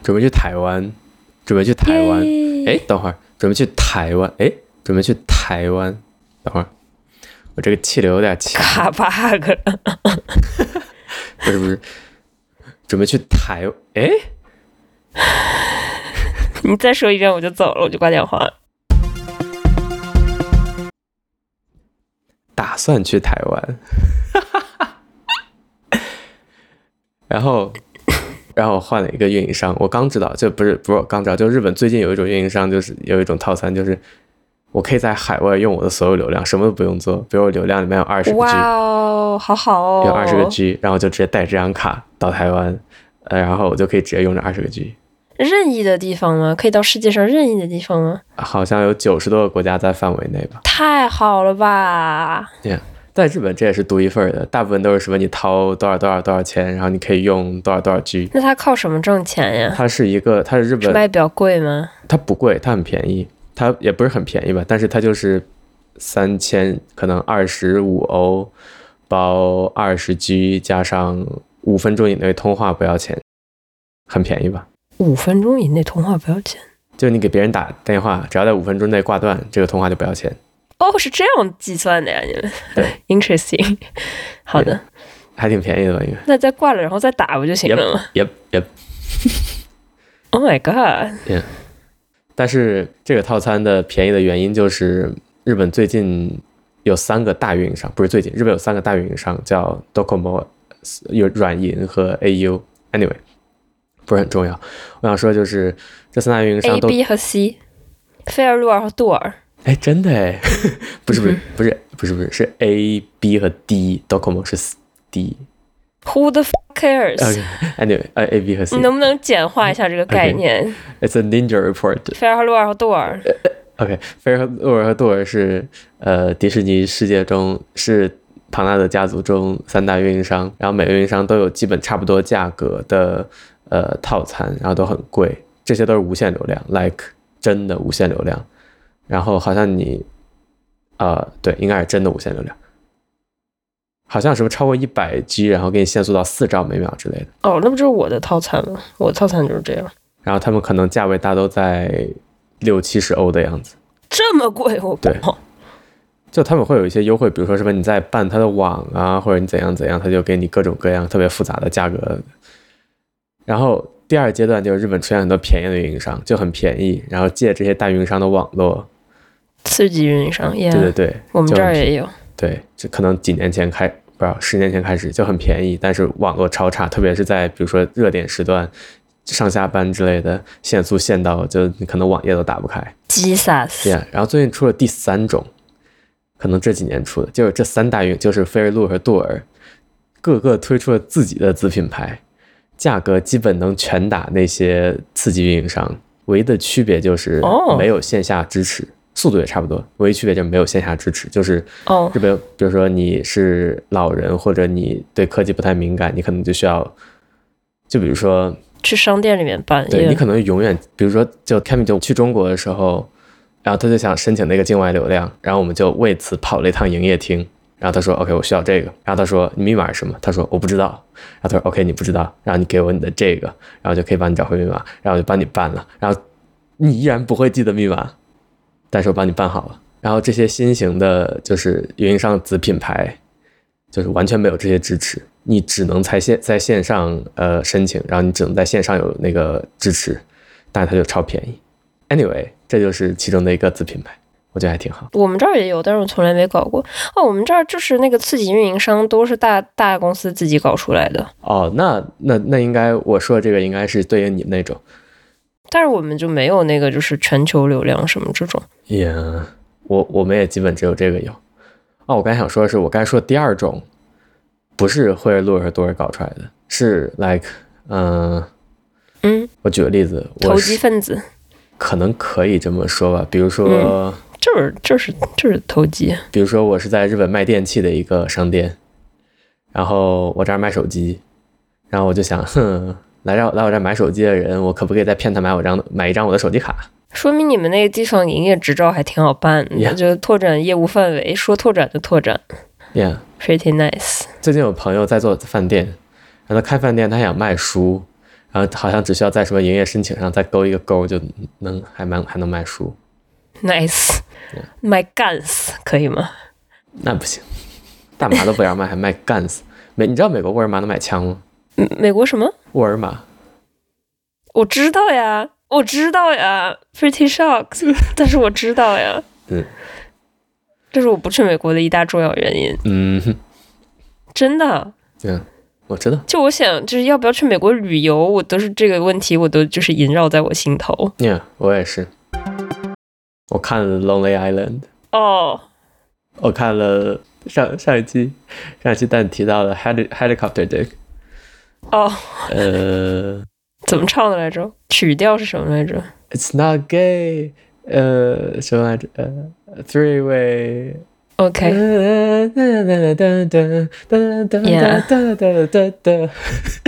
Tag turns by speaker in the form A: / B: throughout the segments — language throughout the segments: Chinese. A: 准备去台湾，准备去台湾。
B: 耶
A: 哎，等会儿，准备去台湾。哎，准备去台湾。等会儿，我这个气流有点强。
B: 卡 bug 了，
A: 不是不是，准备去台。哎，
B: 你再说一遍我就走了，我就挂电话了。
A: 打算去台湾。 然后，然后我换了一个运营商。我刚知道，就不是不是我刚知道，就日本最近有一种运营商，就是有一种套餐，就是我可以在海外用我的所有流量，什么都不用做，比如我流量里面有二十个 G。
B: 哇哦，好好哦，
A: 有二十个 G，然后就直接带这张卡到台湾，呃，然后我就可以直接用这二十个 G。
B: 任意的地方吗？可以到世界上任意的地方吗？
A: 好像有九十多个国家在范围内吧。
B: 太好了吧！
A: 对，在日本这也是独一份儿的，大部分都是什么你掏多少多少多少钱，然后你可以用多少多少 G。
B: 那他靠什么挣钱哎呀？
A: 它是一个，它是日
B: 是
A: 本，
B: 卖表贵吗？
A: 它不贵，它很便宜，它也不是很便宜吧，但是它就是三千，可能二十五欧，包二十 G 加上五分钟以内通话不要钱，很便宜吧？
B: 五分钟以内通话不要钱
A: 就你给别人打电话，只要在五分钟内挂断，这个通话就不要钱，
B: 哦，是这样计算的呀？你们
A: 对
B: interesting。好的，
A: 还挺便宜的吧？应该。
B: 那再挂了，然后再打不就行了吗
A: Yep yep。
B: ？Oh my god！
A: 但是这个套餐的便宜的原因就是日本最近有三个大运营商，不是最近，日本有三个大运营商叫 Docomo，有软银和 AU。Anyway，不是很重要。我想说就是这三大运营商
B: A、
A: 都
B: B 和 C，费尔路尔和杜尔。
A: 哎，真的哎， 不是
B: 嗯
A: 不是不是不是不是是 A、B 和 D，Docomo 是 D。
B: Who the f cares？、
A: OK，Anyway，呃 A、B 和 C
B: 你。能不能简化一下这个概
A: 嗯 OK
B: 念？
A: It's a ninja report.
B: 费尔路尔和杜尔
A: OK，菲尔洛尔和杜尔是呃迪士尼世界中是庞大的家族中三大运营商，然后每个运营商都有基本差不多价格的呃套餐，然后都很贵，这些都是无限流量，like 真的无限流量。然后好像你，呃，对，应该是真的无限流量，好像什么超过一百 G，然后给你限速到四兆每秒之类的。
B: 哦，那不就是我的套餐吗？我的套餐就是这样，
A: 然后他们可能价位大都在六七十欧的样子。
B: 这么贵，我
A: 对
B: 靠！
A: 就他们会有一些优惠，比如说什么你在办他的网啊，或者你怎样怎样，他就给你各种各样特别复杂的价格。然后第二阶段就是日本出现很多便宜的运营商，就很便宜，然后借这些大运营商的网络，
B: 次级运营商，耶、
A: 对对对，
B: 我们
A: 就
B: 这
A: 很
B: 儿
A: 便
B: 也有。
A: 对，这可能几年前开，不知道十年前开始就很便宜，但是网络超差，特别是在比如说热点时段、上下班之类的，限速限到就你可能网页都打不开。
B: Jesus，、
A: Yeah，然后最近出了第三种，可能这几年出的，就是这三大运，就是飞儿路和杜尔，各个推出了自己的子品牌，价格基本能全打那些次级运营商，唯一的区别就是
B: 哦
A: 没有线下支持。速度也差不多，唯一区别就是没有线下支持，就是
B: 哦
A: 日本，比如说你是老人或者你对科技不太敏感，你可能就需要，就比如说
B: 去商店里面办，
A: 对
B: yeah
A: 你可能永远，比如说，就 Kami 就去中国的时候，然后他就想申请那个境外流量，然后我们就为此跑了一趟营业厅。然后他说：“OK，我需要这个。”然后他说：“你密码是什么？”他说：“我不知道。”然后他说：“OK，你不知道，然后你给我你的这个，然后就可以帮你找回密码，然后我就帮你办了。然后你依然不会记得密码，但是我帮你办好了。然后这些新型的，就是运营商子品牌，就是完全没有这些支持，你只能在线在线上呃申请，然后你只能在线上有那个支持，但是它就超便宜。Anyway，这就是其中的一个子品牌，我觉得还挺好。
B: 我们这儿也有，但是我从来没搞过。哦，我们这儿就是那个次级运营商都是大大公司自己搞出来的，
A: 哦，那那那应该我说的这个应该是对应你们那种，
B: 但是我们就没有那个就是全球流量什么这种。
A: 也、我我们也基本只有这个有。哦，我刚才想说的是，我刚才说的第二种，不是惠而路尔和多尔搞出来的，是 like 嗯、
B: 嗯，
A: 我举个例子，
B: 投
A: 我
B: 机
A: 是
B: 分子
A: 可能可以这么说吧，比如说。
B: 嗯就是就是就是投机。
A: 比如说我是在日本卖电器的一个商店，然后我这儿卖手机，然后我就想，哼，来这来我这儿买手机的人，我可不可以再骗他买我张买一张我的手机卡？
B: 说明你们那个地方营业执照还挺好办的
A: Yeah
B: 就拓展业务范围，说拓展就拓展
A: yeah,，
B: ，pretty nice。
A: 最近有朋友在做饭店，然后他开饭店，他还想卖书，然后好像只需要在什么营业申请上再勾一个勾，就能还蛮还能卖书。
B: Nice，卖 Guns 可以吗？
A: 那不行，大麻都不让卖，还卖 guns。美，你知道美国沃尔玛能买枪吗？
B: 嗯美国什么？
A: 沃尔玛
B: 我知道呀，我知道呀 ，Pretty shocked，但是我知道呀，
A: 嗯，
B: 这是我不去美国的一大重要原因，
A: 嗯，哼，
B: 真的。啊
A: 嗯，我知道。
B: 就我想，就是要不要去美国旅游，我都是这个问题，我都就是萦绕在我心头。
A: Yeah，我也是。我看了《Lonely Island》，
B: 哦，
A: 我看了上上一期，上一期但提到了 Heli Helicopter Dick，
B: 哦，
A: 呃
B: 怎么唱的来着？曲调是什么来着？
A: ，It's not gay，呃，什么来着？呃，Three 呃 Way。
B: OK，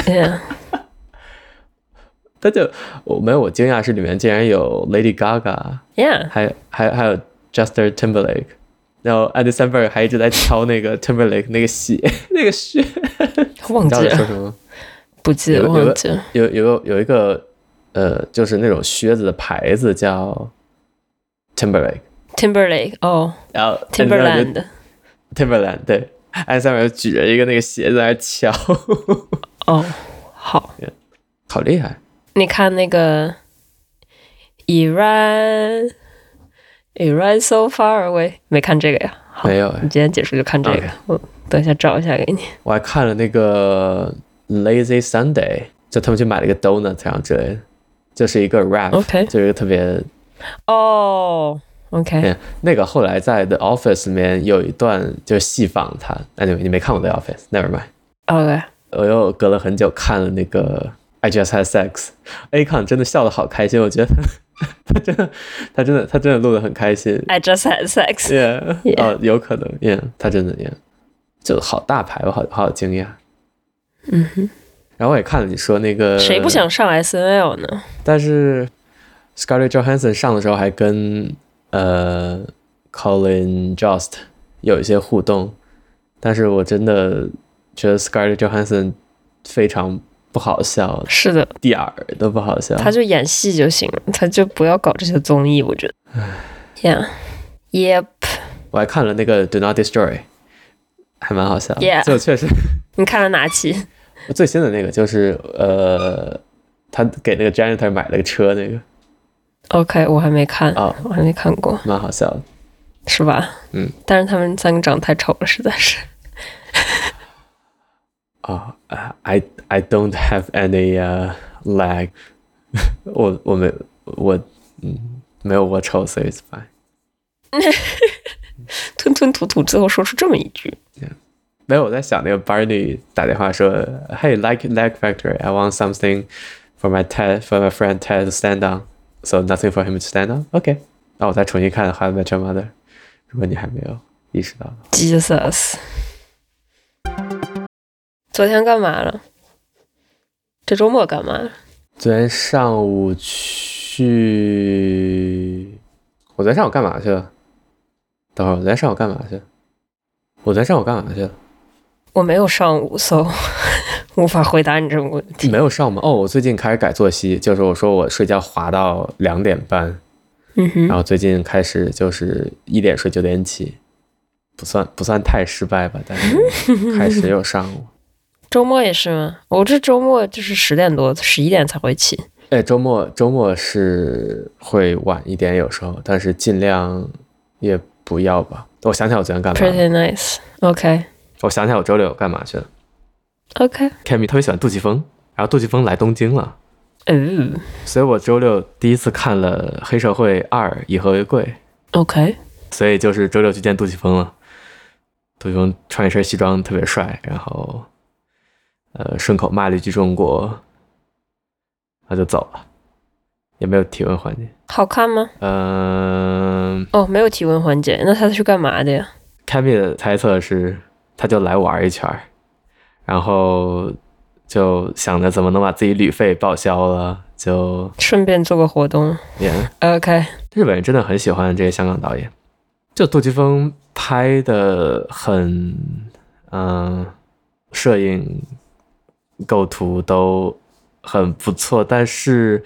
B: yeah.
A: 嗯他就我没有，我惊讶是里面竟然有 Lady Gaga，
B: yeah，
A: 还还还有 Justin Timberlake，然后 Andy Samberg 还一直在敲那个 Timberlake 那个血 那个血，
B: 忘
A: 你知道
B: 记
A: 我在
B: 了，
A: 说什么吗？
B: 不记了，
A: 有有
B: 忘记了。
A: 有有有一个呃，就是那种靴子的牌子叫 Timberlake，
B: Timberlake，哦
A: 然后 Andy Samberg 就
B: ，Timberland，
A: Timberland 对，Andy Samberg 就举着一个那个鞋子在那敲，
B: 哦，好。
A: 好厉害！
B: 你看那个《Iran Iran So Far Away》，没看这个呀？好
A: 没有哎
B: 你，今天结束就看这个
A: OK
B: 我等一下找一下给你。
A: 我还看了那个 Lazy Sunday，就他们去买了一个 donut 然后之类的，就是一个 rap，、
B: OK，
A: 就是一个特别
B: 哦、o k
A: 哎那个后来在 The Office 里面有一段就是戏仿他。Anyway，你没看过 The Office，Never mind。
B: OK，
A: 我又隔了很久看了那个 I Just Had Sex，A Con 真的笑得好开心，我觉得 他真的他真的他真的录得很开心
B: I just had sex。
A: ，Yeah，
B: Yeah
A: 哦，有可能，Yeah，他真的 Yeah，就好大牌，我好好惊讶。
B: 嗯哼，
A: 然后我也看了你说那个
B: 谁不想上 S N L 呢？
A: 但是 Scarlett Johansson 上的时候还跟呃 Colin Jost 有一些互动，但是我真的觉得 Scarlett Johansson 非常不好笑，
B: 是的，
A: 一点儿都不好笑。
B: 他就演戏就行了，他就不要搞这些综艺，我觉得。Yeah, yep。
A: 我还看了那个 Do Not Destroy，还蛮好笑的。
B: Yeah
A: 就确实
B: 你看了哪期？
A: 最新的那个就是呃，他给那个 janitor 买了个车，那个
B: OK，我还没看，
A: 啊
B: 我还没看过，
A: 蛮好笑的。
B: 是吧？
A: 嗯。
B: 但是他们三个长得太丑了，实在是。
A: 啊、i I don't have any、uh, lag，我我没我嗯没有我丑，所以 it's fine。
B: 吞吞吐吐最后说出这么一句
A: 没有我在想那个 Barney 打电话说，Hey like lag factory, I want something for my Ted for my friend Ted to stand on, so nothing for him to stand on. OK，那我再重新看《How I Met Your Mother》，如果你还没有意识到的话
B: ：“Jesus。”昨天干嘛了？这周末干嘛了？
A: 昨天上午去，我昨天上午干嘛去了？等会儿，我昨天上午干嘛去了？我昨天上午干嘛去了？
B: 我没有上午，so 无法回答你这个问题。
A: 没有上吗？哦，我最近开始改作息，就是我说我睡觉滑到两点半，
B: 嗯
A: 然
B: 哼，
A: 后最近开始就是一点睡九点起，不算不算太失败吧，但是开始有上 午。
B: 周末也是吗？我这周末就是十点多、十一点才会起。
A: 哎，周末周末是会晚一点，有时候，但是尽量也不要吧。我想想我昨天干嘛了
B: Pretty nice. OK
A: 我想起来我周六干嘛去了。
B: OK.
A: Cammy 特别喜欢杜琪峰，然后杜琪峰来东京了，
B: 嗯
A: 所以我周六第一次看了《黑社会二：以和为贵》，
B: OK.
A: 所以就是周六去见杜琪峰了。杜琪峰穿一身西装特别帅，然后呃顺口骂了一句中国，他就走了，也没有提问环节。
B: 好看吗？
A: 嗯、
B: 哦，没有提问环节，那他去干嘛的呀？
A: c a m m y 的猜测是，他就来玩一圈儿，然后就想着怎么能把自己旅费报销了，就
B: 顺便做个活动。
A: 也。
B: OK，
A: 日本人真的很喜欢这些香港导演，就杜琪峰拍的很，嗯、摄影、构图都很不错，但是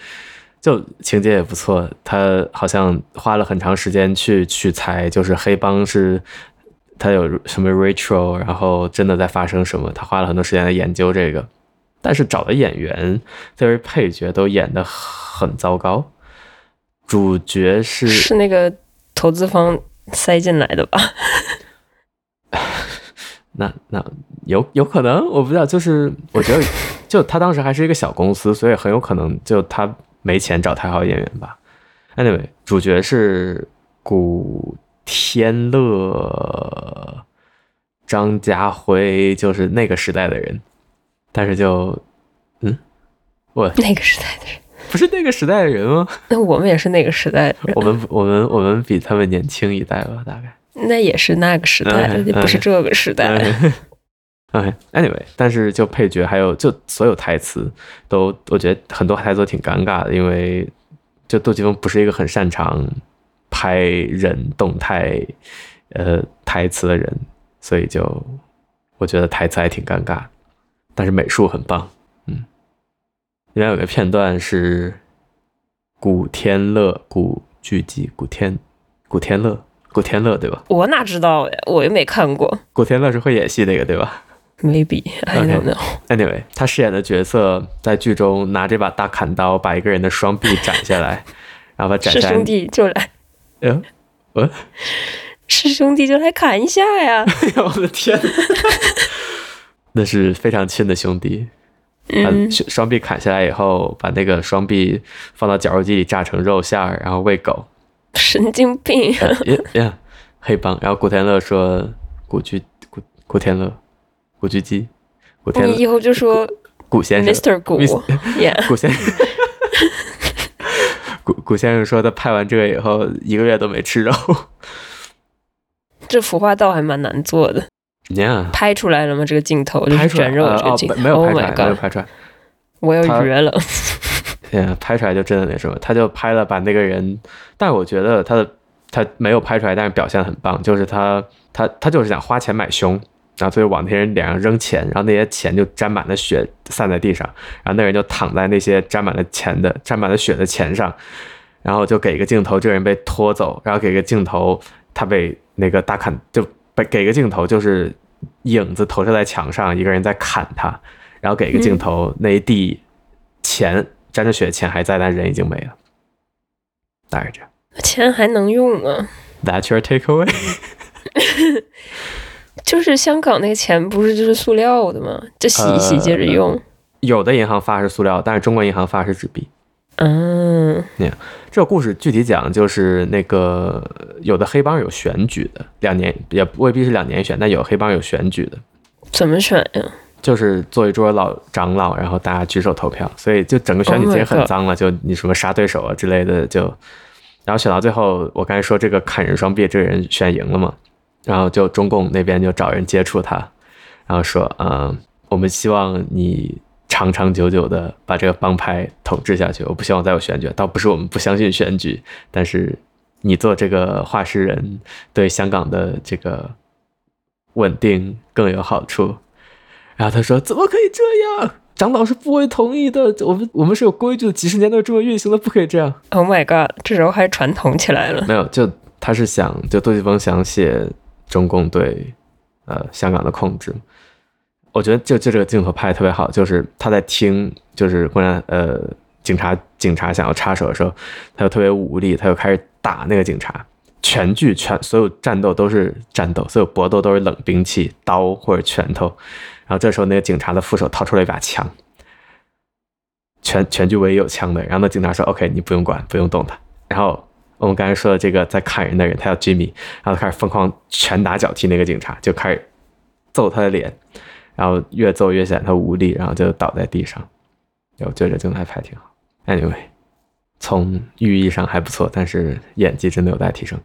A: 就情节也不错。他好像花了很长时间去取材，就是黑帮是他有什么 ritual，然后真的在发生什么，他花了很多时间来研究这个。但是找的演员，特别是配角都演得很糟糕。主角是
B: 是那个投资方塞进来的吧？
A: 那那有有可能，我不知道，就是我觉得，就他当时还是一个小公司，所以很有可能就他没钱找太好演员吧。Anyway，主角是古天乐、张家辉，就是那个时代的人，但是就嗯，我
B: 那个时代的人，
A: 不是那个时代的人吗？
B: 那我们也是那个时代的人，
A: 我们我们我们比他们年轻一代吧，大概。
B: 那也是那个时代的，
A: 嗯
B: 也不是
A: 嗯
B: 这个时代的。
A: 哎哎，anyway，但是就配角还有就所有台词都，我觉得很多台词都挺尴尬的，因为就杜琪峰不是一个很擅长拍人动态呃台词的人，所以就我觉得台词还挺尴尬，但是美术很棒，嗯，里面有个片段是古天乐古巨基古天古天乐古天乐对吧？
B: 我哪知道呀？我又没看过
A: 古天乐是会演戏那个对吧？
B: ，maybe I don't know。
A: Anyway，他饰演的角色在剧中拿这把大砍刀把一个人的双臂斩下来，然后把斩
B: 是
A: 下
B: 兄
A: 来。
B: 弟就来，
A: 嗯，我
B: 是兄弟就来砍一下 呀！
A: 哎呦我的天，那是非常亲的兄弟。把
B: 嗯，
A: 双双臂砍下来以后，把那个双臂放到绞肉机里炸成肉馅儿，然后喂狗。
B: 神经病。
A: 耶耶，黑帮。然后古天乐说：“古巨古古天乐，古巨基，古天
B: 你
A: 乐，
B: 以后就说
A: 古先生。”
B: Mr. 古
A: Mr.
B: ，Yeah，
A: 古先古古先生说，他拍完这个以后一个月都没吃肉。
B: 这服化道还蛮难做的。
A: 呀、
B: 拍出来了吗？这个镜头就
A: yeah,，拍
B: 是
A: 出来
B: 啊卷肉
A: 呃
B: 这个
A: 哦
B: 镜，头。
A: 没有
B: Oh
A: 拍出来
B: my
A: 没有
B: god！
A: 拍出来，
B: 我要
A: 他
B: 绝了。
A: 嗯，拍出来就真的那什么，他就拍了把那个人，但我觉得他的他没有拍出来，但是表现得很棒，就是他他他就是想花钱买凶，然后所以往那些人脸上扔钱，然后那些钱就沾满了血散在地上，然后那人就躺在那些沾满了钱的沾满了血的钱上，然后就给一个镜头，这个人被拖走，然后给一个镜头，他被那个大砍就被给一个镜头就是影子投射在墙上，一个人在砍他，然后给一个镜头，那一地钱沾着血，钱还在，但人已经没了，大概是这样。
B: 钱还能用啊吗？
A: That's your takeaway
B: 就是香港那个钱不是就是塑料的吗？就洗一洗
A: 呃
B: 接着用。
A: 有的银行发是塑料，但是中国银行发是纸币。
B: 嗯，
A: 这个故事具体讲就是那个有的黑帮有选举的，两年也未必是两年选，但有黑帮有选举的，
B: 怎么选呀？
A: 就是坐一桌老长老，然后大家举手投票，所以就整个选举
B: Oh my
A: 其实很
B: God
A: 脏了，就你什么杀对手啊之类的，就然后选到最后，我刚才说这个砍人双臂这个人选赢了嘛，然后就中共那边就找人接触他，然后说，嗯，我们希望你长长久久的把这个帮派统治下去，我不希望再有选举，倒不是我们不相信选举，但是你做这个话事人对香港的这个稳定更有好处。然后他说：“怎么可以这样？长老是不会同意的。我们我们是有规矩的，几十年都是这么运行的，不可以这样。
B: Oh my god！这时候还传统起来了。
A: 没有，就他是想，就杜琪峰想写中共对呃香港的控制。我觉得就就这个镜头拍的特别好，就是他在听，就是共产呃警察警察想要插手的时候，他就特别无力，他就开始打那个警察。全剧全所有战斗都是战斗，所有搏斗都是冷兵器，刀或者拳头。然后这时候那个警察的副手掏出了一把枪，全全剧唯一有枪的。然后那警察说：“OK，你不用管，不用动他。”然后我们刚才说的这个在砍人的人，他叫 Jimmy，然后他开始疯狂拳打脚踢那个警察，就开始揍他的脸，然后越揍越显得他无力，然后就倒在地上。哎我觉得这镜头还拍挺好。Anyway，从寓意上还不错，但是演技真的有待提升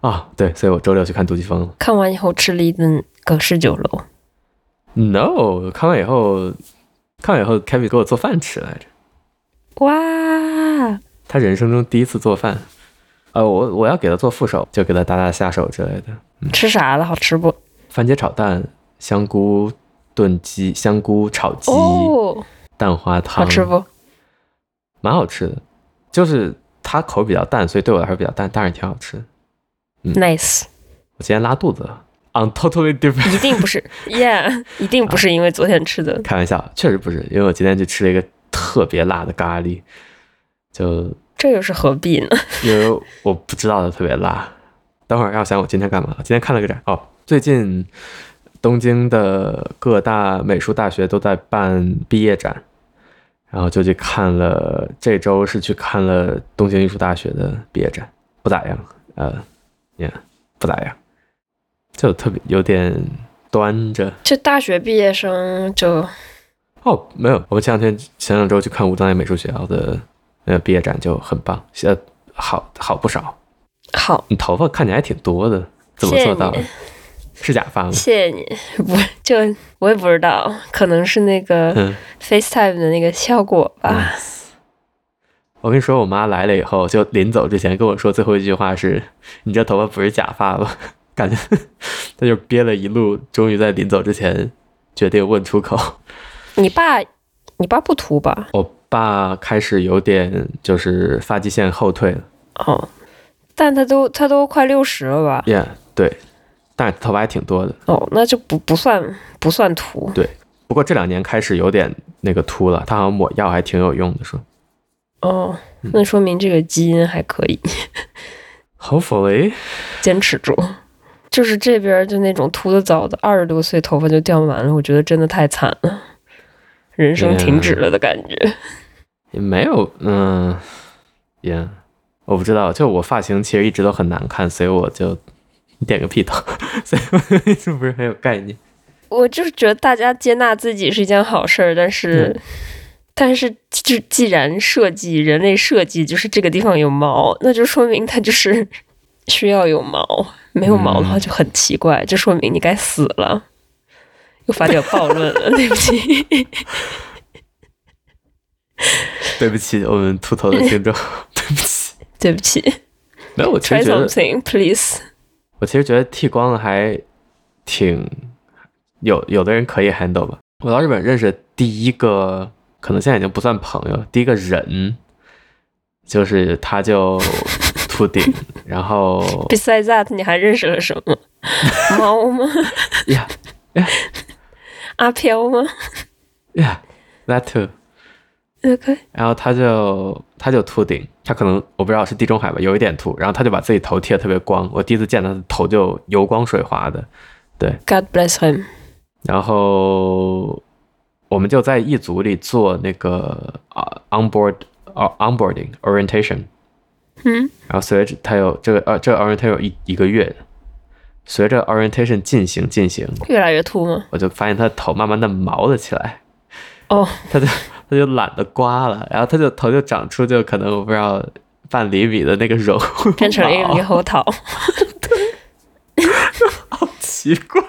A: 啊、对，所以我周六去看杜琪峰了。
B: 看完以后吃了一顿港式酒楼，
A: No，看完以后，看完以后，Kevin 给我做饭吃来着。
B: 哇！
A: 他人生中第一次做饭，呃，我我要给他做副手，就给他打打下手之类的。
B: 吃啥了？好吃不？
A: 番茄炒蛋、香菇炖鸡、香菇炒鸡、
B: 哦，
A: 蛋花
B: 好
A: 汤，
B: 吃不？
A: 蛮好吃的，就是它口比较淡，所以对我来说比较淡，但是挺好吃的。
B: Nice，
A: 我今天拉肚子了，on totally different，
B: 一定不是，Yeah，一定不是因为昨天吃的。
A: 开玩笑，确实不是，因为我今天去吃了一个特别辣的咖喱，就
B: 这又是何必呢？
A: 因为我不知道的特别辣。等会儿让我想我今天干嘛了？今天看了个展哦，最近东京的各大美术大学都在办毕业展，然后就去看了。这周是去看了东京艺术大学的毕业展，不咋样，呃，也、不咋样，就特别有点端着。
B: 就大学毕业生就
A: 哦，没有，我们前两天前两周去看武藏野美术学校的呃毕业展就很棒，呃，好好不少。
B: 好，
A: 你头发看起来还挺多的，怎么
B: 谢谢
A: 做到的
B: 你？
A: 是假 发吗？
B: 谢谢你。不，就我也不知道，可能是那个
A: 嗯，
B: FaceTime 的那个效果吧。
A: 我跟你说，我妈来了以后，就临走之前跟我说最后一句话是：“你这头发不是假发吧？” 感觉她就憋了一路，终于在临走之前决定问出口。
B: 你爸，你爸不秃吧？
A: 我爸开始有点就是发际线后退了
B: 哦，但他都他都快六十了吧？
A: ，Yeah，对，但是头发还挺多的。
B: 哦，那就不不算不算秃。
A: 不过这两年开始有点那个秃了，他好像抹药还挺有用的，说
B: 哦，那说明这个基因还可以
A: Hopefully，
B: 坚持住。就是这边就那种秃的早的，二十多岁头发就掉完了，我觉得真的太惨了，人生停止了的感觉。
A: 也没有，嗯，也我不知道，就我发型其实一直都很难看，所以我就你点个屁头， 所以我一直不是很有概念。
B: 我就是觉得大家接纳自己是一件好事儿，但是，但是就既然设计人类设计就是这个地方有毛，那就说明它就是 需要有毛，没有毛的话
A: 嗯
B: 就很奇怪，这说明你该死了。又发表暴论了，对不起。
A: 对不起，我们秃头的听众， 对不起。
B: 对不起
A: 没有，我其
B: ，try
A: 实觉得，
B: something please。
A: 我其实觉得剃光了还挺有有的人可以 handle 吧。我到日本认识的第一个，可能现在已经不算朋友，第一个人就是他就秃顶，然后
B: Besides that，你还认识了什么？猫吗？
A: 呀
B: 阿飘吗
A: 呀，that too。
B: ？OK，
A: 然后他就他就秃顶，他可能我不知道是地中海吧，有一点秃，然后他就把自己头剃得特别光，我第一次见他的头就油光水滑的，
B: God bless him。
A: 然后我们就在一组里做那个啊 onboard 啊 onboarding orientation，
B: 嗯，
A: 然后随着他有这个呃这个 orientation 有一一个月，随着 orientation 进行进行，
B: 越来越秃吗？
A: 我就发现他的头慢慢的毛了起来，
B: 哦，
A: 他就他就懒得刮了，然后他就头就长出就可能我不知道半厘米的那个绒，
B: 变成了一个猕猴桃。
A: 奇怪。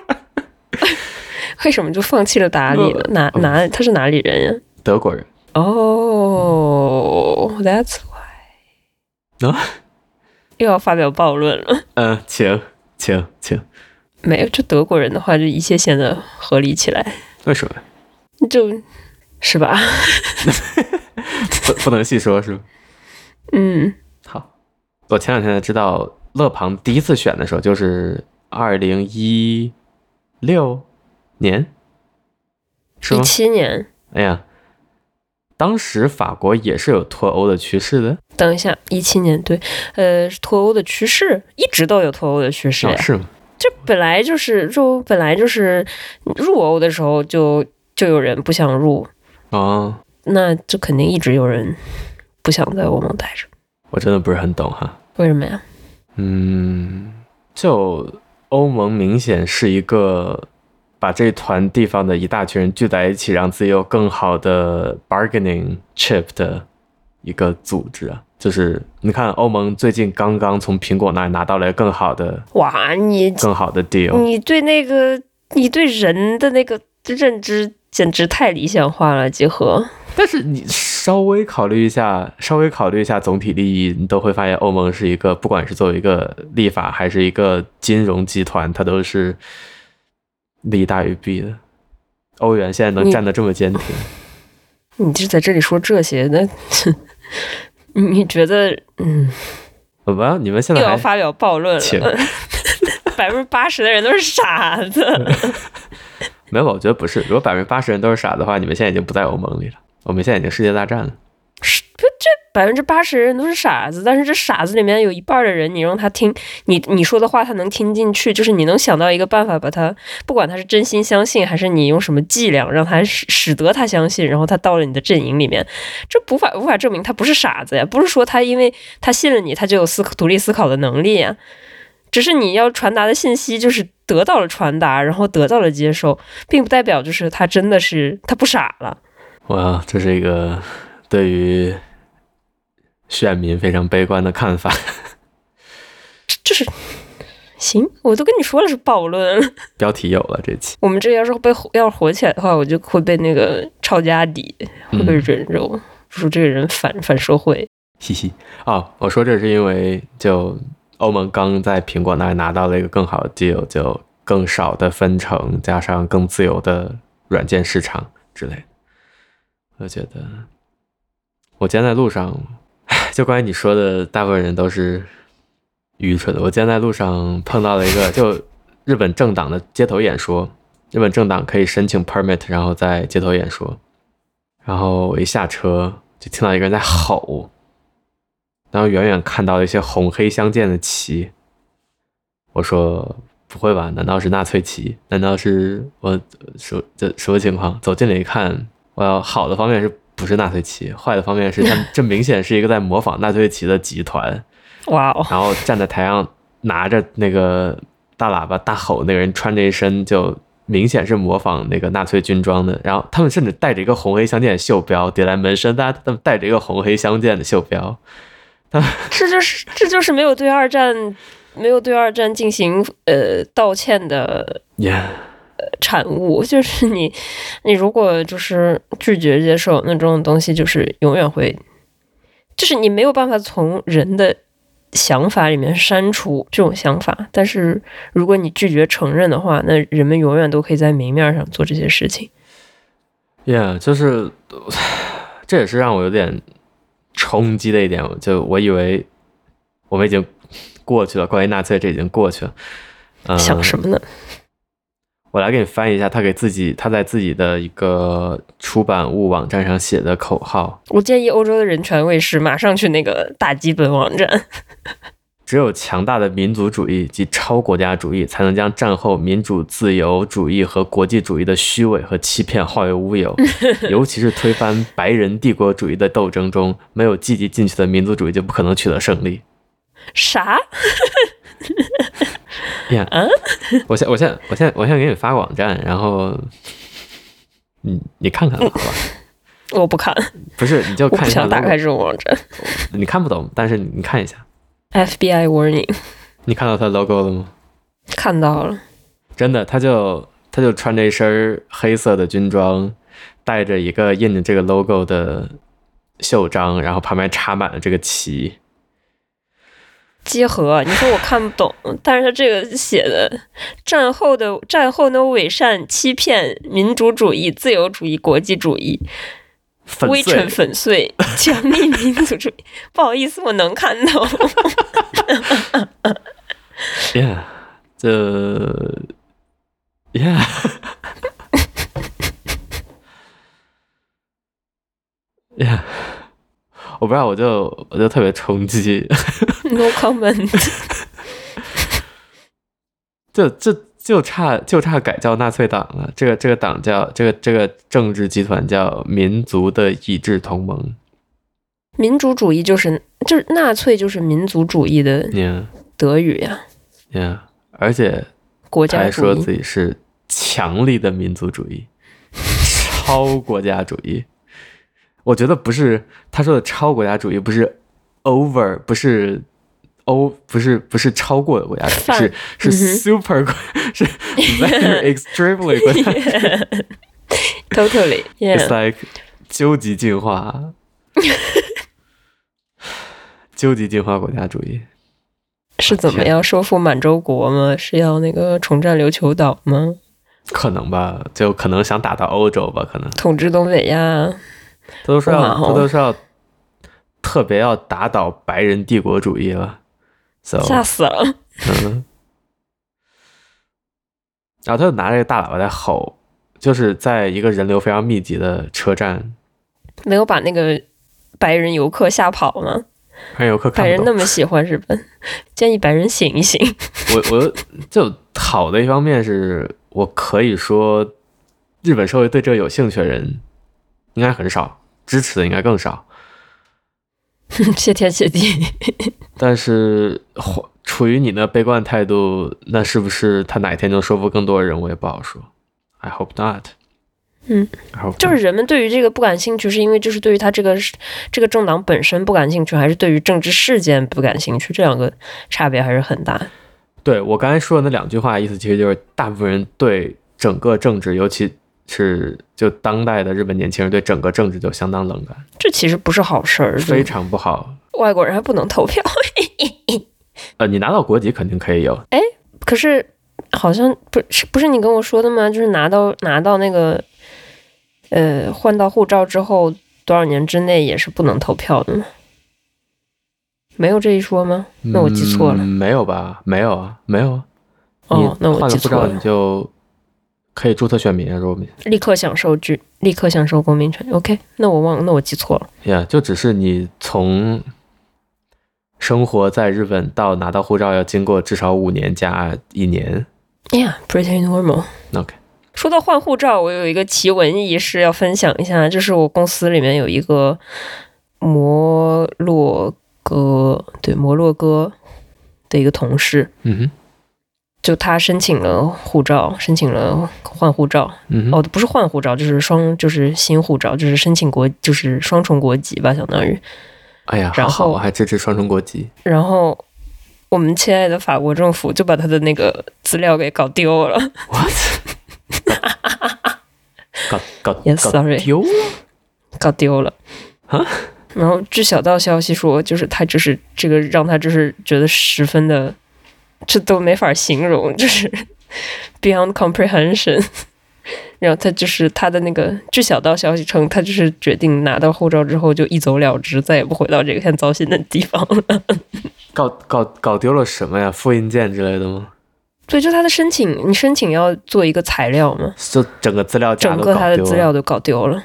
B: 为什么就放弃了打理呢？哪
A: 嗯
B: 哪他是哪里人呀、
A: 德国人，
B: 哦、t h a t s why
A: 啊
B: 又要发表暴论了。
A: 嗯、请请请，
B: 没有，就德国人的话，就一切显得合理起来，
A: 为什么
B: 就是吧？
A: 不 不能细说是吗？
B: 嗯，
A: 好，我前两天才知道，勒庞第一次选的时候就是二零一六年，是
B: 一
A: 吗？
B: 七年，
A: 哎呀，当时法国也是有脱欧的趋势的，
B: 等一下，一七年对，呃，脱欧的趋势一直都有脱欧的趋势呀
A: 哦，是吗？
B: 这本来就是就本来就是入欧的时候就就有人不想入，
A: 哦，
B: 那就肯定一直有人不想在欧盟待着，
A: 我真的不是很懂哈。
B: 为什么呀？
A: 嗯，就欧盟明显是一个把这团地方的一大群人聚在一起，让自己有更好的 bargaining chip 的一个组织啊。就是你看，欧盟最近刚刚从苹果那里拿到了更好的、
B: 哇，你
A: 更好的 deal。
B: 你对那个你对人的那个认知简直太理想化了，结合
A: 但是你稍微考虑一下，稍微考虑一下总体利益，你都会发现欧盟是一个，不管是作为一个立法还是一个金融集团，它都是利大于弊的。欧元现在能
B: 你
A: 哎站得这么坚挺，
B: 你就在这里说这些，那 你觉得嗯，
A: 好吧，你们现
B: 又
A: 在
B: 要
A: 还
B: 发表暴论
A: 请
B: 了？ 百分之八十的人都是傻子，
A: 没有？我觉得不是，如果百分之八十人都是傻的话，你们现在已经不在欧盟里了，我们现在已经世界大战了。
B: 百分之八十人都是傻子。但是这傻子里面有一半的人，你让他听你你说的话，他能听进去，就是你能想到一个办法把他，不管他是真心相信，还是你用什么伎俩让他使使得他相信，然后他到了你的阵营里面，这无法无法证明他不是傻子呀，不是说他因为他信了你，他就有思考独立思考的能力呀。只是你要传达的信息就是得到了传达，然后得到了接收，并不代表就是他真的是他不傻了。
A: 哇，这是一个对于选民非常悲观的看法。
B: 这这是行，我都跟你说了是暴论，
A: 标题有了这期，
B: 我们这要是被要是火起来的话，我就会被那个抄家底，会被
A: 嗯，
B: 人肉，说这个人反反社会。
A: 嘻嘻。哦，我说这是因为就欧盟刚在苹果那儿拿到了一个更好的 deal，就更少的分成，加上更自由的软件市场之类的。我觉得，我今天在路上，唉就关于你说的，大部分人都是愚蠢的。我今天在路上碰到了一个，就日本政党的街头演说，日本政党可以申请 permit，然后在街头演说。然后我一下车就听到一个人在吼，然后远远看到了一些红黑相间的旗。我说不会吧？难道是纳粹旗？难道是我什这什么情况？走近了一看，我要好的方面是不是纳粹旗？坏的方面是他们这明显是一个在模仿纳粹旗的集团。
B: 哇哦，
A: 然后站在台上拿着那个大喇叭大吼，那个人穿着一身就明显是模仿那个纳粹军装的，然后他们甚至带着一个红黑相间的袖标叠在门身，大家他们带着一个红黑相间的袖标，
B: 这就是这就是没有对二战没有对二战进行呃道歉的
A: 也、
B: 产物，就是你，你如果就是拒绝接受那种东西，就是永远会，就是你没有办法从人的想法里面删除这种想法。但是如果你拒绝承认的话，那人们永远都可以在明面上做这些事情。
A: Yeah，就是这也是让我有点冲击的一点，就我以为我们已经过去了，关于纳粹这已经过去了。嗯、
B: 想什么呢？
A: 我来给你翻译一下他给自己他在自己的一个出版物网站上写的口号：
B: 我建议欧洲的人权卫士马上去那个打击本网站。
A: 只有强大的民族主义及超国家主义，才能将战后民主、自由主义和国际主义的虚伪和欺骗化为乌 有。尤其是推翻白人帝国主义的斗争中，没有积极进取的民族主义就不可能取得胜利。
B: 啥？
A: 呀、
B: 啊
A: 我现我现我现我现在给你发网站，然后你你看看吧，好吧？
B: 我不看，
A: 不是，你就
B: 我不
A: 看一下
B: 想
A: logo，
B: 打开这种网站。
A: 你看不懂，但是你看一下，
B: FBI warning，
A: 你看到它 logo 了吗？
B: 看到了，
A: 真的，他就他就穿着一身黑色的军装，带着一个印着这个 logo 的袖章，然后旁边插满了这个旗。
B: 结合，你说我看不懂，但是他这个写的战后的战后的伪善、欺骗、民主主义、自由主义、国际主义、
A: 粉
B: 微
A: 碎
B: 尘，粉碎、强力民族主义。不好意思，我能看 到。
A: yeah，这 yeah，yeah，我不知道，我就我就特别冲击，
B: no comment。
A: 就就就差就差改叫纳粹党了。这个这个党叫这个这个政治集团叫民族的意志同盟。
B: 民主主义就是就是纳粹就是民族主义的
A: Yeah
B: 德语呀、
A: yeah，而且
B: 国
A: 他
B: 家
A: 还
B: 主
A: 说
B: 义。
A: 自己是强力的民族主义，超国家主义。我觉得不是他说的超国家主义，不是 over，不是 o，不是不是超过的国家主义，
B: 泛
A: 是是
B: 嗯哼
A: super 国， 是 very extremely 国家主义
B: Totally,
A: It's
B: yeah.
A: like 究极进化， 究极进化国家主义。
B: 是怎么样收复满洲国吗？是要那个重占琉球岛吗？
A: 可能吧，就可能想打到欧洲吧，可能
B: 统治东北亚？
A: 他都说
B: 哇
A: 要，
B: 哦
A: 他都说要特别要打倒白人帝国主义了。So，
B: 吓死了。
A: 嗯，然后他就拿着个大喇叭在吼，就是在一个人流非常密集的车站，
B: 没有把那个白人游客吓跑吗？
A: 让游客看
B: 白人
A: 不
B: 那
A: 懂。
B: 么喜欢日本，建议白人醒一醒。
A: 我我就好的一方面是我可以说，日本社会对这个有兴趣的人应该很少，支持的应该更少。
B: 谢天谢地，
A: 但是或处于你那悲观态度，那是不是他哪天能说服更多人，我也不好说。I hope not。
B: 嗯
A: ，I hope
B: 就
A: not
B: 是人们对于这个不感兴趣，是因为就是对于他这个这个政党本身不感兴趣，还是对于政治事件不感兴趣？这两个差别还是很大。
A: 对我刚才说的那两句话，意思其实就是大部分人对整个政治，尤其是就当代的日本年轻人对整个政治就相当冷感，
B: 这其实不是好事儿，
A: 非常不好。
B: 外国人还不能投票。
A: 呃，你拿到国籍肯定可以有，
B: 可是好像不是不是你跟我说的吗？就是拿到拿到那个呃换到护照之后多少年之内也是不能投票的吗？没有这一说吗？那我记错了。
A: 嗯没有吧？没有啊，没有啊。
B: 哦，
A: 你
B: 那我
A: 换
B: 记
A: 了护
B: 错
A: 照
B: 了
A: 你。就可以注册选民啊，说明
B: 立刻享受居，立刻享受公民权。OK，那我忘了，那我记错了。
A: 呀，就只是你从生活在日本到拿到护照要经过至少五年加一年。
B: Yeah，pretty normal。
A: OK，
B: 说到换护照，我有一个奇闻异事要分享一下，就是我公司里面有一个摩洛哥，对摩洛哥的一个同事，
A: 嗯哼，
B: 就他申请了护照，申请了换护照，
A: 嗯哼，
B: 哦，不是换护照，就是双，就是新护照，就是申请国，就是双重国籍吧，相当于。
A: 哎呀，
B: 然
A: 好好，
B: 后
A: 我还支持双重国籍。
B: 然后我们亲爱的法国政府就把他的那个资料给搞丢了。
A: What？搞搞
B: Yes,
A: 搞
B: sorry
A: 丢了？
B: 搞丢了
A: 啊。
B: 然后据小道消息说，就是他就是这个让他就是觉得十分的，这都没法形容，就是 beyond comprehension。然后他就是他的那个，据小道消息称，他就是决定拿到护照之后就一走了之，再也不回到这个很糟心的地方了。
A: 搞搞搞丢了什么呀？复印件之类的吗？
B: 对，就他的申请，你申请要做一个材料嘛，
A: 就整个资料夹
B: 整
A: 都
B: 个他
A: 搞
B: 的
A: 丢
B: 资
A: 了。
B: 料都搞丢了，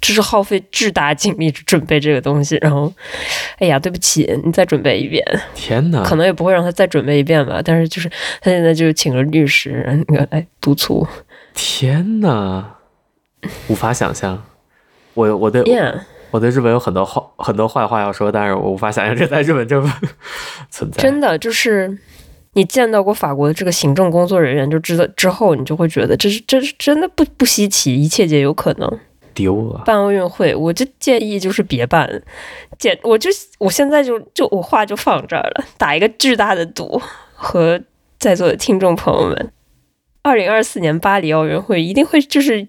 B: 这是耗费巨大精力去准备这个东西。然后，哎呀，对不起，你再准备一遍。
A: 天哪！
B: 可能也不会让他再准备一遍吧。但是就是他现在就请了律师那个来督促。
A: 天哪！无法想象。我我对
B: Yeah，
A: 我对日本有很多话很多坏话要说，但是我无法想象这在日本这存在。
B: 真的就是你见到过法国的这个行政工作人员，就知道之后，你就会觉得这是这是真的不不稀奇，一切皆有可能。
A: 丢了，
B: 办奥运会，我就建议就是别办，简我就我现在就就我话就放这儿了，打一个巨大的赌和在座的听众朋友们，二零二四年巴黎奥运会一定会就是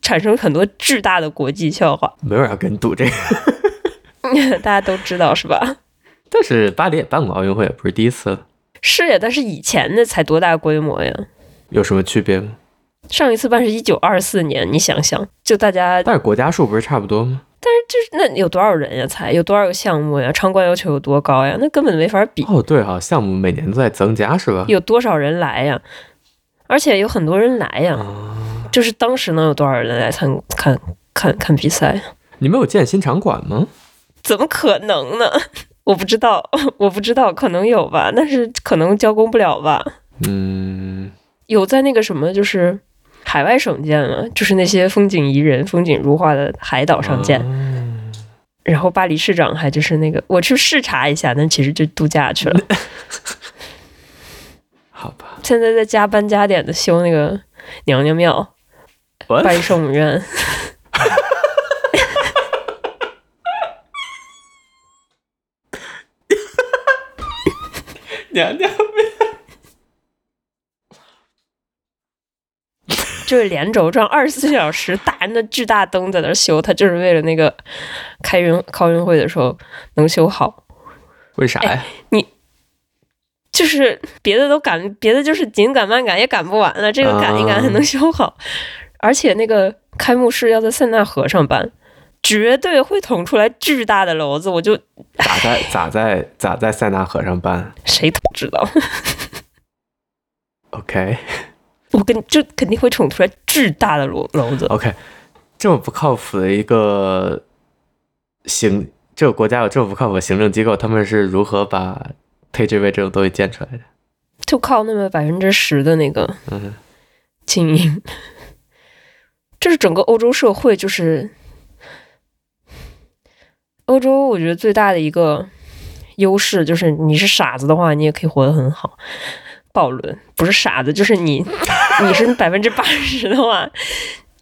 B: 产生很多巨大的国际笑话。
A: 没有人要跟你赌这个。
B: 大家都知道是吧？
A: 但是巴黎也办过奥运会，也不是第一次了，
B: 是呀，但是以前的才多大规模呀？
A: 有什么区别吗？
B: 上一次办是一九二四年，你想想，就大家
A: 但是国家数不是差不多吗？
B: 那有多少人呀？才有多少个项目呀？场馆要求有多高呀？那根本没法比，
A: 哦，对哈、项目每年都在增加是吧？
B: 有多少人来呀？而且有很多人来呀，
A: 啊，
B: 就是当时能有多少人来看看看看比赛？
A: 你们有建新场馆吗？
B: 怎么可能呢？ 我不知道， 我不知道，可能有吧，但是可能交工不了吧。
A: 嗯，
B: 有在那个什么，就是海外省见了，就是那些风景宜人、风景如画的海岛上见。
A: 啊
B: 然后巴黎市长还就是那个，我去视察一下，但其实就度假去了。
A: 好吧，
B: 现在在加班加点的修那个娘娘庙、
A: 我
B: 巴黎圣母院。
A: 娘娘，
B: 就是连轴转二十四小时，打着那巨大灯在那儿修，他就是为了那个开运奥运会的时候能修好。
A: 为啥
B: 哎
A: 呀？
B: 就是别的都赶，别的就是紧赶慢赶也赶不完了，这个赶一赶还能修好。而且那个开幕式要在塞纳河上办，绝对会捅出来巨大的篓子，我就
A: 咋在咋在咋在塞纳河上办
B: 谁都不知道，
A: ？OK
B: 我跟就肯定会捅出来巨大的篓篓子。
A: OK，这么不靠谱的一个行，这个国家有这么不靠谱的行政机构，他们是如何把配置位这种东西建出来的？
B: 就靠那么百分之十的那个
A: 嗯
B: 精英， 这是整个欧洲社会，就是欧洲，我觉得最大的一个优势就是你是傻子的话，你也可以活得很好。暴论不是傻子，就是你，你是百分之八十的话，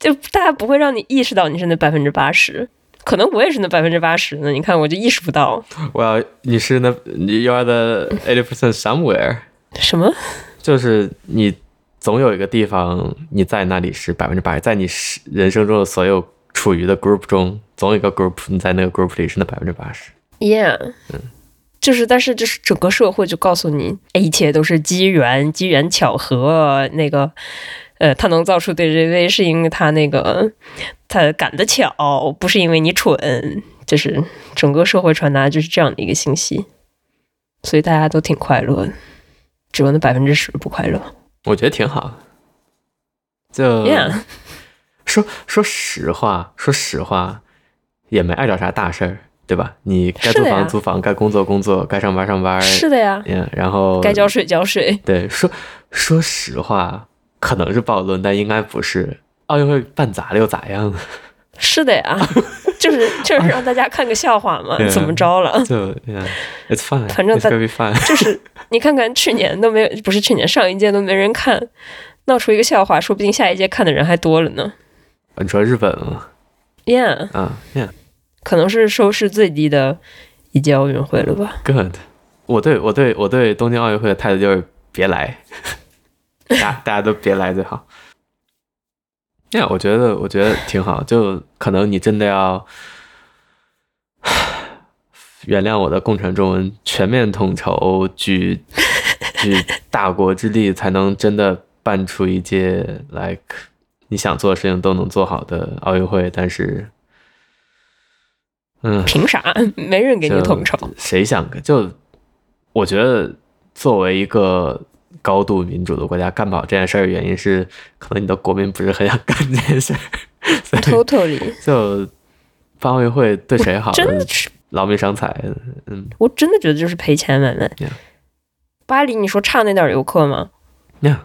B: 就大家不会让你意识到你是那百分之八十。可能我也是那百分之八十呢，你看我就意识不到
A: 哼，我要你是那 you are the eighty percent somewhere，
B: 什么。
A: 就是你总有一个地方你在那里是百分之百，在你是人生中的所有处于的 group 中，总有一个 group 你在那个 group 里是那百分之八十。
B: Yeah，就是，但是就是整个社会就告诉你，哎一切都是机缘，机缘巧合。那个，呃，他能造出 DJV 是因为他那个他赶得巧，不是因为你蠢。就是整个社会传达就是这样的一个信息，所以大家都挺快乐的，只有那百分之十不快乐。
A: 我觉得挺好。就
B: Yeah，
A: 说说实话，说实话，也没碍着啥大事儿，对吧？你该
B: 是
A: 租
B: 的
A: 房
B: 呀
A: 租房，该工作工作，该上班上班，
B: 是的呀，
A: 嗯，然后
B: 该浇水浇水。
A: 对说说实话，可能是暴论，但应该不是。奥运会办砸了又咋样？
B: 是的呀，就是就是让大家看个笑话嘛
A: Yeah，
B: 怎么着了？
A: 就 yeah, it's fine，
B: 反正
A: it's
B: 在
A: gonna be fine。
B: 就是你看看去年都没有，不是去年上一届都没人看，闹出一个笑话，说不定下一届看的人还多了呢。
A: 啊你说日本吗？
B: Yeah，
A: 啊，yeah。
B: 可能是收视最低的一届奥运会了吧？
A: Good，我对我对我对东京奥运会的态度就是别来，大家大家都别来最好。那、我觉得我觉得挺好，就可能你真的要 原谅我的共产中文，全面统筹，举举大国之力，才能真的办出一届 like 你想做的事情都能做好的奥运会。但是，嗯，
B: 凭啥？ 没人给你
A: 就
B: 统筹。
A: 谁想就我觉得作为一个高度民主的国家，干不好这件事儿，原因是可能你的国民不是很想干这件事儿，所以
B: Totally，
A: 就办奥运会对谁 好？
B: 真的是，
A: 劳民伤财，嗯，
B: 我真的觉得就是赔钱买卖。
A: Yeah
B: 巴黎，你说差那点儿游客吗？
A: 那、样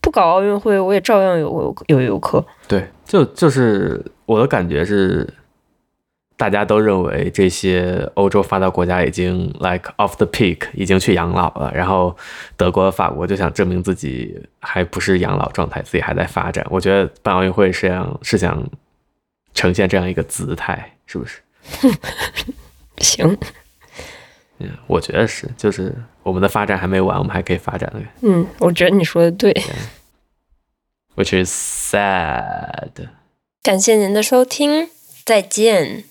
B: 不搞奥运会，我也照样有有有游客。
A: 对，就就是我的感觉是。大家都认为这些欧洲发达国家已经 like off the peak，已经去养老了。然后德国、法国就想证明自己还不是养老状态，自己还在发展。我觉得办奥运会是想是想呈现这样一个姿态，是不是？
B: 行，
A: 嗯，我觉得是，就是我们的发展还没完，我们还可以发展的
B: 嗯，我觉得你说的对。
A: ，which is sad。
B: 感谢您的收听，再见。